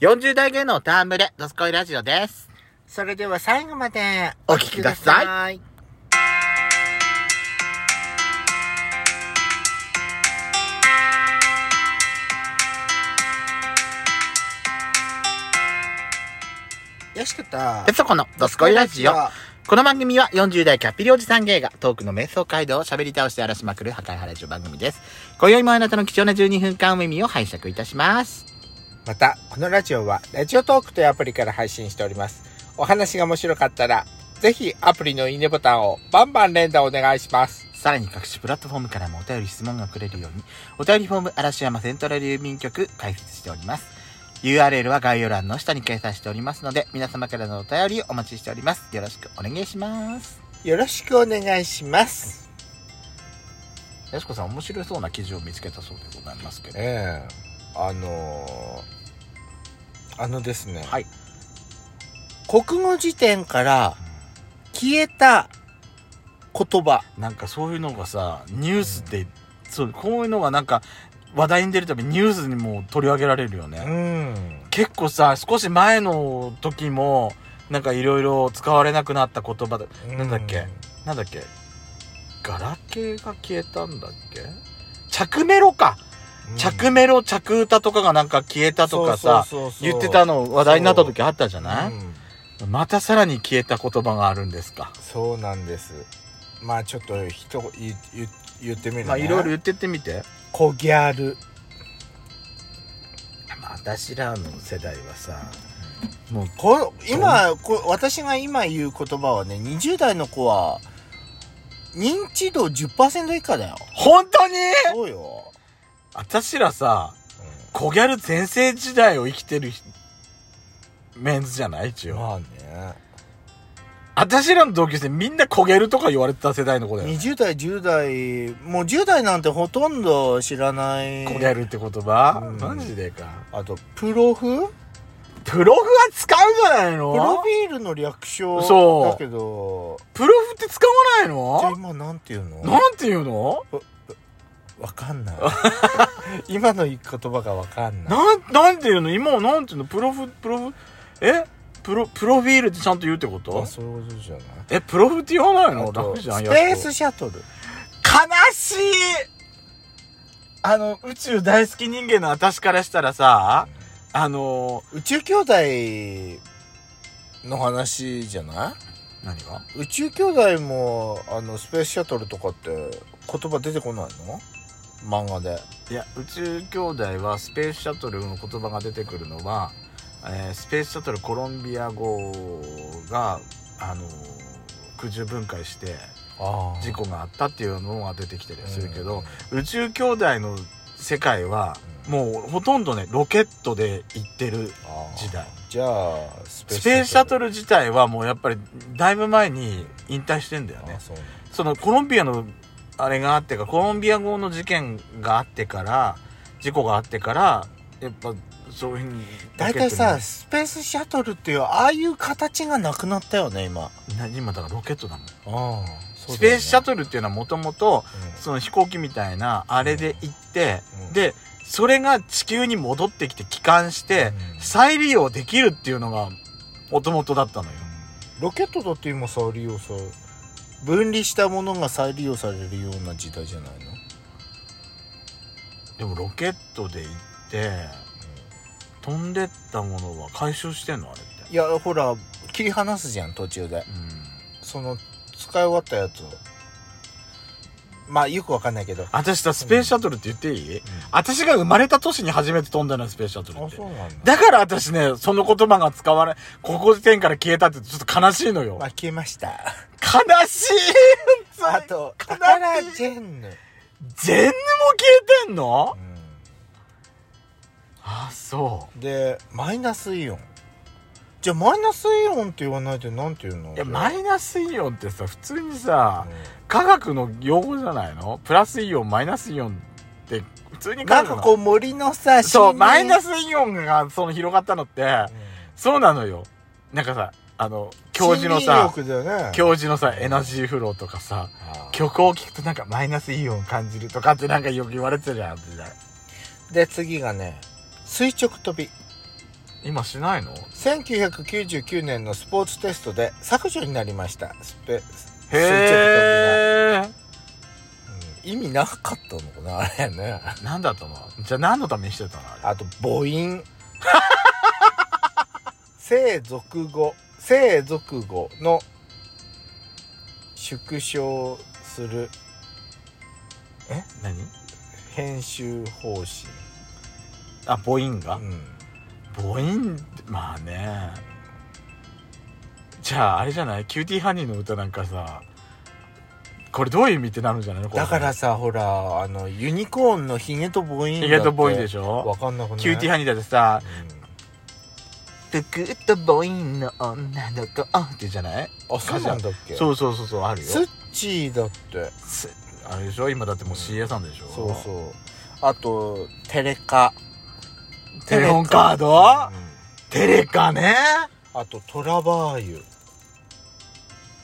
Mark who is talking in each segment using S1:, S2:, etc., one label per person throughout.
S1: 40代芸能戯れ、ドスコイラジオです。
S2: それでは最後まで
S1: お聞きください
S2: い。よしかった
S1: え。そこのドスコイラジオ。この番組は40代キャッピリおじさん芸がトークの瞑想街道を喋り倒して荒らしまくる破壊ハラジオ番組です。今宵もあなたの貴重な12分間お耳を拝借いたします。
S2: また、このラジオは、ラジオトークというアプリから配信しております。お話が面白かったら、ぜひアプリのいいねボタンをバンバン連打お願いします。
S1: さらに各種プラットフォームからもお便り質問が送れるように、お便りフォーム嵐山セントラル郵便局開設しております。URL は概要欄の下に掲載しておりますので、皆様からのお便りをお待ちしております。よろしくお願いします。
S2: よろしくお願いします。
S1: やしこさん面白そうな記事を見つけたそうでございますけど。
S2: ええあのーあのですね、
S1: はい。
S2: 国語辞典から消えた言葉。
S1: なんかそういうのがさニュースで、そうこういうのがなんか話題に出るたびニュースにも取り上げられるよね、
S2: ん。
S1: 結構さ少し前の時もなんかいろいろ使われなくなった言葉でなんだっけなんだっけガラケーが消えたんだっけ着メロか、
S2: うん
S1: 着メロ着歌とかがなんか消えたとかさ
S2: そうそうそうそう
S1: 言ってたの話題になった時あったじゃない、
S2: うん
S1: またさらに消えた言葉があるんですか
S2: そうなんです。まあちょっとひと言言言ってみるね。
S1: まあいろいろ言ってってみて
S2: 小ギャル。
S1: まあ私らの世代はさもう
S2: こ今こ私が今言う言葉はね20代の子は認知度10%以下だよ
S1: 本当に
S2: そうよ、
S1: 私らさ小ギャル全盛時代を生きてるひメンズじゃない一応、
S2: まあね
S1: 私らの同級生みんな小ギャルとか言われてた世代の子だよね
S2: 20代10代もう10代なんてほとんど知らない
S1: 小ギャルって言葉、
S2: うん
S1: マジでか
S2: あとプロフ
S1: プロフは使うんじゃない
S2: プロ
S1: の
S2: フィールの略称
S1: そう
S2: だけど
S1: プロフって使わない
S2: じゃあ
S1: の
S2: 今なんて言うの
S1: なんていうの
S2: わかんない 今の言葉がわかんない
S1: なんなんていうの今はなんていうのプロフプロフえプロプロフィールってちゃんと言うってこ
S2: あ
S1: と
S2: そういうことじゃない
S1: えプロフって言わないの
S2: あと
S1: 楽
S2: ス
S1: じゃん
S2: ペ
S1: やっと
S2: ースシャトル
S1: 悲しいあの、宇宙大好き人間の私からしたらさ、あの
S2: 宇宙兄弟の話じゃな
S1: 何が
S2: い宇宙兄弟もあのスペースシャトルとかって言葉出てこないの漫画で
S1: いや、宇宙兄弟はスペースシャトルの言葉が出てくるのは、えースペースシャトルコロンビア号が、あの空中分解して
S2: あ
S1: 事故があったっていうのが出てきてりするけど、、宇宙兄弟の世界は、
S2: うん
S1: もうほとんどね、ロケットで行ってる
S2: あー
S1: 時代。
S2: じゃあス
S1: スペースシャト
S2: ル
S1: ル自体はもうやっぱりだいぶ前に引退してんだよ
S2: あ
S1: ね
S2: そうね
S1: そのコロンビアのあれがあってかコロンビア号の事件があってから事故があってからやっぱそういうふうに
S2: 大体さスペースシャトルっていうああいう形がなくなったよね今
S1: な今だからロケットだもん
S2: ああ
S1: スペースシャ
S2: ト
S1: トルっていうのはもともとその飛行機みたいなあれで行って、
S2: うん
S1: でそれが地球に戻ってきて帰還して再利用できるっていうのがもともとだったのよ
S2: ロケットだって今再利用さ分離したものが再利用されるような時代じゃないの
S1: でもロケットで行って飛んでったものは回収してんのあれって
S2: いやほら切り離すじゃん途中で
S1: うん
S2: その使い終わったやつをまあよくわかんないけど
S1: 私さスペースシャトルって言っていい、私が生まれた年に初めて飛んだのよスペースシャトル
S2: あ
S1: って
S2: そうなんだ
S1: だから私ねその言葉が使われここ時点から消えたってちょっと悲しいのよ、
S2: まあ消えました
S1: 悲しい
S2: あと
S1: 悲しい
S2: 宝ジェンヌ、
S1: 全部も消えてんのあそ
S2: でマイナスイオンじゃあマイナスイオンって言わないでなんて言うの
S1: ういやマ
S2: イ、
S1: イナスイオンってさ普通にさ、
S2: う
S1: 科学の用語じゃないのプラスイオンマイナスイオンって普通に
S2: ん
S1: 科
S2: なん
S1: 学の
S2: かこう森のさ
S1: そう、マイナ
S2: ス、
S1: スイオンがその広がったのって
S2: う、ん
S1: そうなのよ。なんかさ、あの、教授のさ、
S2: 森林浴だよね
S1: 教授のさ、エナジーフローとかさ、
S2: あー
S1: 曲を聴くとなんかマイナスイオン感じるとかってなんかよく言われてるじゃん、時代
S2: で次がね垂直跳び
S1: 今しないの
S2: 1999年のスポーツテストで削除になりましたスペ垂直
S1: へえ
S2: 飛びが、うん、意味なかったのかなあれね
S1: 何だったのじゃあ何のためにしてたのあれ
S2: あと母 音生俗語生俗語の縮小する
S1: 何
S2: 編集方針、
S1: あ母音が、
S2: うん、
S1: 母音まあねじゃああれじゃないキューティーハニーの歌なんかさこれどういう意味ってなるんじゃないの
S2: だからさほらあのユニコーンのヒゲと母音だって
S1: ヒゲと母音でしょ
S2: わかんなくない
S1: キューティーハニーだってさ「
S2: う
S1: ぷくっと母音の女の子」ってじゃない
S2: んあそうなんだっけ
S1: そうそうそうそうあるよ
S2: スッチーだって
S1: すあれでしょ今だってもう CA さんでしょ、
S2: そうそうあとテレカ
S1: テレホンカード
S2: うん
S1: テレカね
S2: あとトラバーユ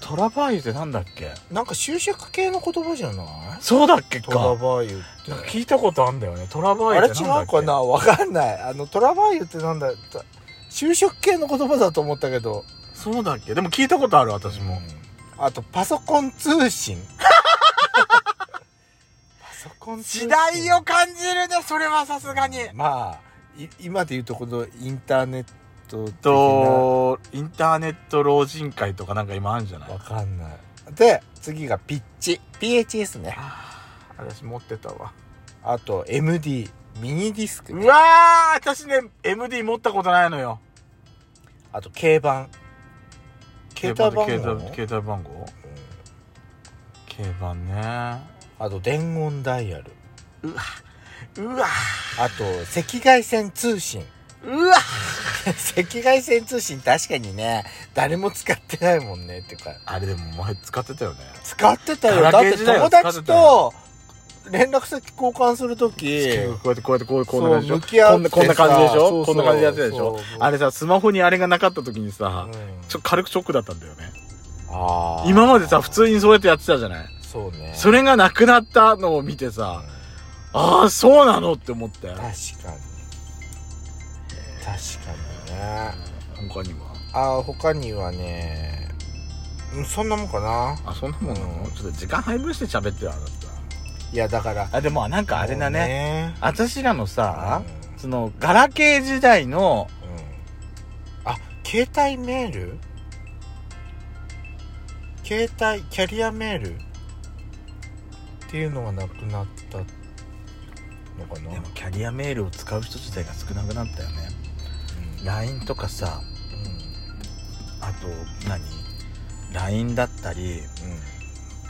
S1: トラバーユってなんだっけ
S2: なんか就職系の言葉じゃない
S1: そうだっけ
S2: トラ
S1: か
S2: バーユっ
S1: なんか
S2: て
S1: 聞いたことあんだよねトラバー
S2: あ
S1: ユ
S2: れ
S1: っ
S2: 違
S1: てなんだっ
S2: う
S1: け
S2: かなわかんないあのトラバーユってなんだた就職系の言葉だと思ったけど
S1: そうだっけでも聞いたことある私も、
S2: うんあとパソコン 通信パソコン通信
S1: 時代を感じるねそれはさすがに
S2: まあい今で言うとこのインターネット的な
S1: とインターネット老人会とかなんか今あるんじゃない
S2: わかんないで次がピッチ PHS ね
S1: あー私持ってたわ
S2: あと MD ミニディスク、
S1: う
S2: ね、
S1: わー私ね MD 持ったことないのよ
S2: あと軽板携帯番号
S1: 携帯携帯番号
S2: うん
S1: 競馬ね
S2: あと伝言ダイヤル
S1: うわ
S2: あと赤外線通信
S1: うわ
S2: 赤外線通信確かにね誰も使ってないもんねっていうか
S1: あれでも前使ってたよね
S2: 使ってたよ
S1: ガ
S2: だ
S1: ラケ
S2: っ
S1: ー
S2: て
S1: 時代
S2: 友
S1: は
S2: 達と連絡先交換するとき
S1: こうやってこうやってこうこんな感じでし
S2: そ
S1: ょ
S2: う向き合
S1: こ
S2: っ
S1: ん
S2: て
S1: な
S2: さ
S1: こんな感じでし
S2: そうそう
S1: ょこんな感じでやってたでしょ
S2: そう
S1: あれさスマホにあれがなかった時にさちょっと軽くショックだったんだよね今までさ普通にそうやってやってたじゃない
S2: そうね
S1: それがなくなったのを見て
S2: うん
S1: さああそうなのって思って
S2: 確かに確かにね
S1: 他には
S2: あー他にはねうんそんなもんかな
S1: あそんなもんなの、
S2: うん
S1: ちょっと時間配分して喋ってよあなた
S2: いやだから
S1: あでもなんかあれだね
S2: ね
S1: 私らのさ、
S2: うん
S1: そのガラケー時代の
S2: うんあ携帯メール携帯キャリアメールっていうのがなくなったのかな、
S1: でもキャリアメールを使う人自体が少なくなったよね LINE とかさあと何 LINE だったり
S2: うんうんうん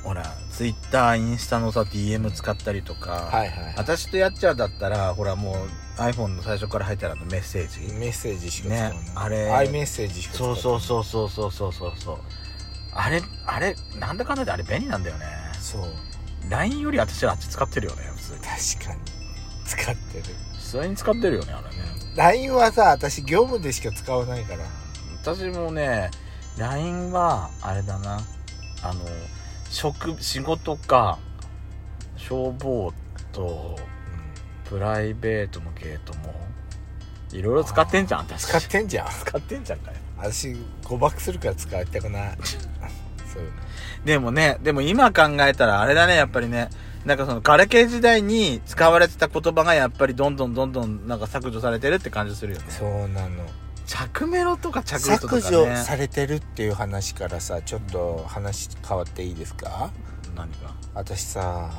S1: ほら Twitter インスタのさ DM 使ったりとか、
S2: はいはいは
S1: 私とやっちゃうだったらほらもう iPhone の最初から入ってるあのメッセージ、
S2: いメッセージしか使わない、
S1: ねあれ
S2: アイメッセージしか使
S1: そう
S2: わない
S1: そうそうそうそうそうそうそうあれあれなんだかんだであれ便利なんだよね
S2: そう
S1: LINE より私らあっち使ってるよね普通に
S2: 確かに使ってる
S1: 普通に使ってるよねあれね
S2: LINE はさ私業務でしか使わないから
S1: 私もね LINE はあれだなあの職仕事か消防とプライベートのゲートもいろいろ使ってんじゃん私
S2: 使ってんじゃん
S1: 使ってんじゃんかよ
S2: 私誤爆するから使いた くないそう
S1: でもね、でも今考えたらあれだね、やっぱりね。なんかその、ガラケー時代に使われてた言葉がやっぱりどんどんどんどんなんか削除されてるって感じするよね。
S2: そうなの
S1: 着メロとか着ロとか
S2: 削
S1: ね。
S2: 除されてるっていう話からさちょっと話変わっていいですか
S1: 何か。
S2: 私さ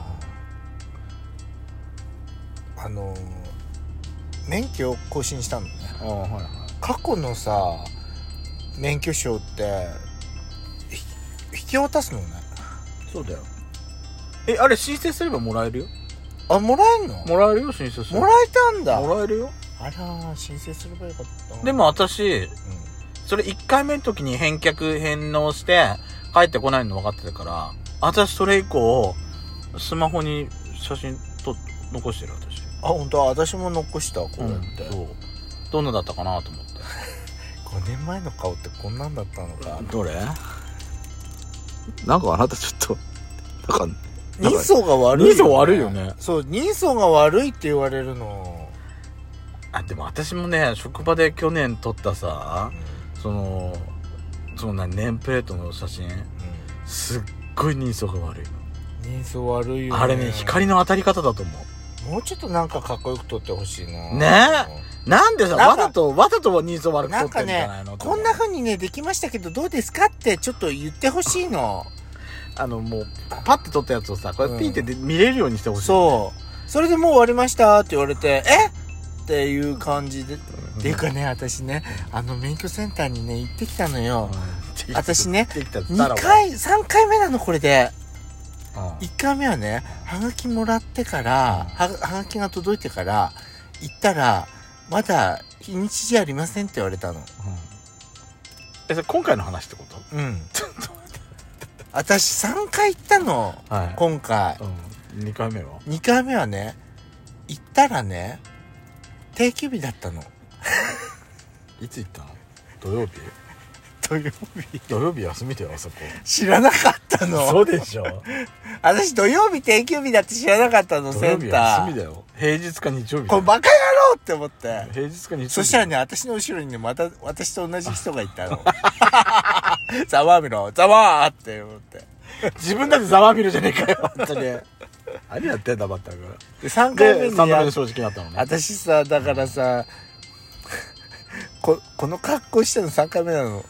S2: あの免許を更新したのね
S1: ああ、はいはい。
S2: 過去のさ免許証ってひ引き渡すのね
S1: そうだよ。え、あれ申請すればもらえるよ。
S2: あもらえんのも
S1: もらえるよ、申請すれば。
S2: らえたんだ
S1: もらえるよ。
S2: あら申請すればよかった
S1: でも私、
S2: うん
S1: それ1回目の時に返却、返納して、帰ってこないの分かってたから、私それ以降、スマホに写真と、残してる私。
S2: あ本当私も残したこうやって、
S1: そうどんなだったかなと思って
S2: 5年前の顔ってこんなんだったのか
S1: どれなんかあなたちょっとなんか
S2: 人相が悪い、
S1: 人相悪いよね
S2: そう人相が悪いって言われるの
S1: あでも私もね職場で去年撮ったさそのそのなネームプレートの写真すっごい人相が悪い
S2: 人相悪いよ、
S1: のあれね光の当たり方だと思
S2: もうちょっとなんかかっこよく撮ってほしいな
S1: ねうなんでさ
S2: なん
S1: わ
S2: か
S1: ざとわざと人相悪く
S2: な
S1: 撮
S2: ん
S1: って
S2: か
S1: るんじゃない
S2: ね
S1: のって
S2: こんな風にねできましたけどどうですかってちょっと言ってほしいの
S1: あのもうパッて撮ったやつをさこれピーってで見れるようにしてほしい、
S2: そうそれでもう終わりましたって言われてえっていう感じで
S1: ん
S2: っていうかね私ねあの免許センターにね行ってきたの
S1: うん
S2: よ私ね
S1: できたって言った
S2: 2
S1: ら
S2: 回3回目なのこれで
S1: うん
S2: 1回目はねはがきもらってからははがきが届いてから行ったらまだ日にちじゃありませんって言われたの
S1: うんえそれ今回の話ってこと
S2: うん私3回行ったの
S1: はい
S2: 今回
S1: うん、2回目は
S2: 2回目はね行ったらね定休日だったの
S1: いつ行ったの土曜日
S2: 土曜日
S1: 土曜日休みだよあそこ
S2: 知らなかったの
S1: そうでしょ
S2: 私土曜日定休日だって知らなかったの
S1: 土
S2: セ
S1: 曜
S2: ン
S1: 日
S2: タ
S1: 休み
S2: ー
S1: だよ平日か日曜日だ
S2: これ
S1: よ
S2: バカ野郎って思って
S1: 平日か日曜日
S2: そしたらね私の後ろにねまた私と同じ人がいたの ざわみろざわーって思って
S1: 自分だってざわみるじゃねえかよ本当 に何やってんだバッターが
S2: で3回
S1: で
S2: 目
S1: 3
S2: に
S1: 度目
S2: や
S1: の正直だったのね
S2: 私さだからさここの格好したの3回目 なの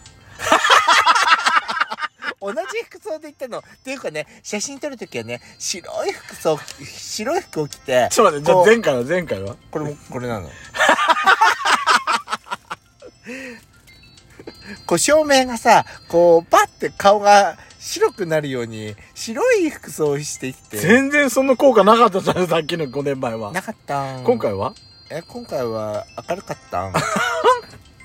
S2: 同じ服装で行ったのっていうかね写真撮るときはね白い服装白い服を着て
S1: ちょっと待ってじゃ
S2: こ
S1: あ
S2: う
S1: 前回は前回は
S2: これもこ れなのこう照明がさこうパッて顔が白くなるように白い服装をしてきて
S1: 全然その効果なかったじゃんさっきの5年前は
S2: なかったん
S1: 今回は
S2: え今回は明るかったん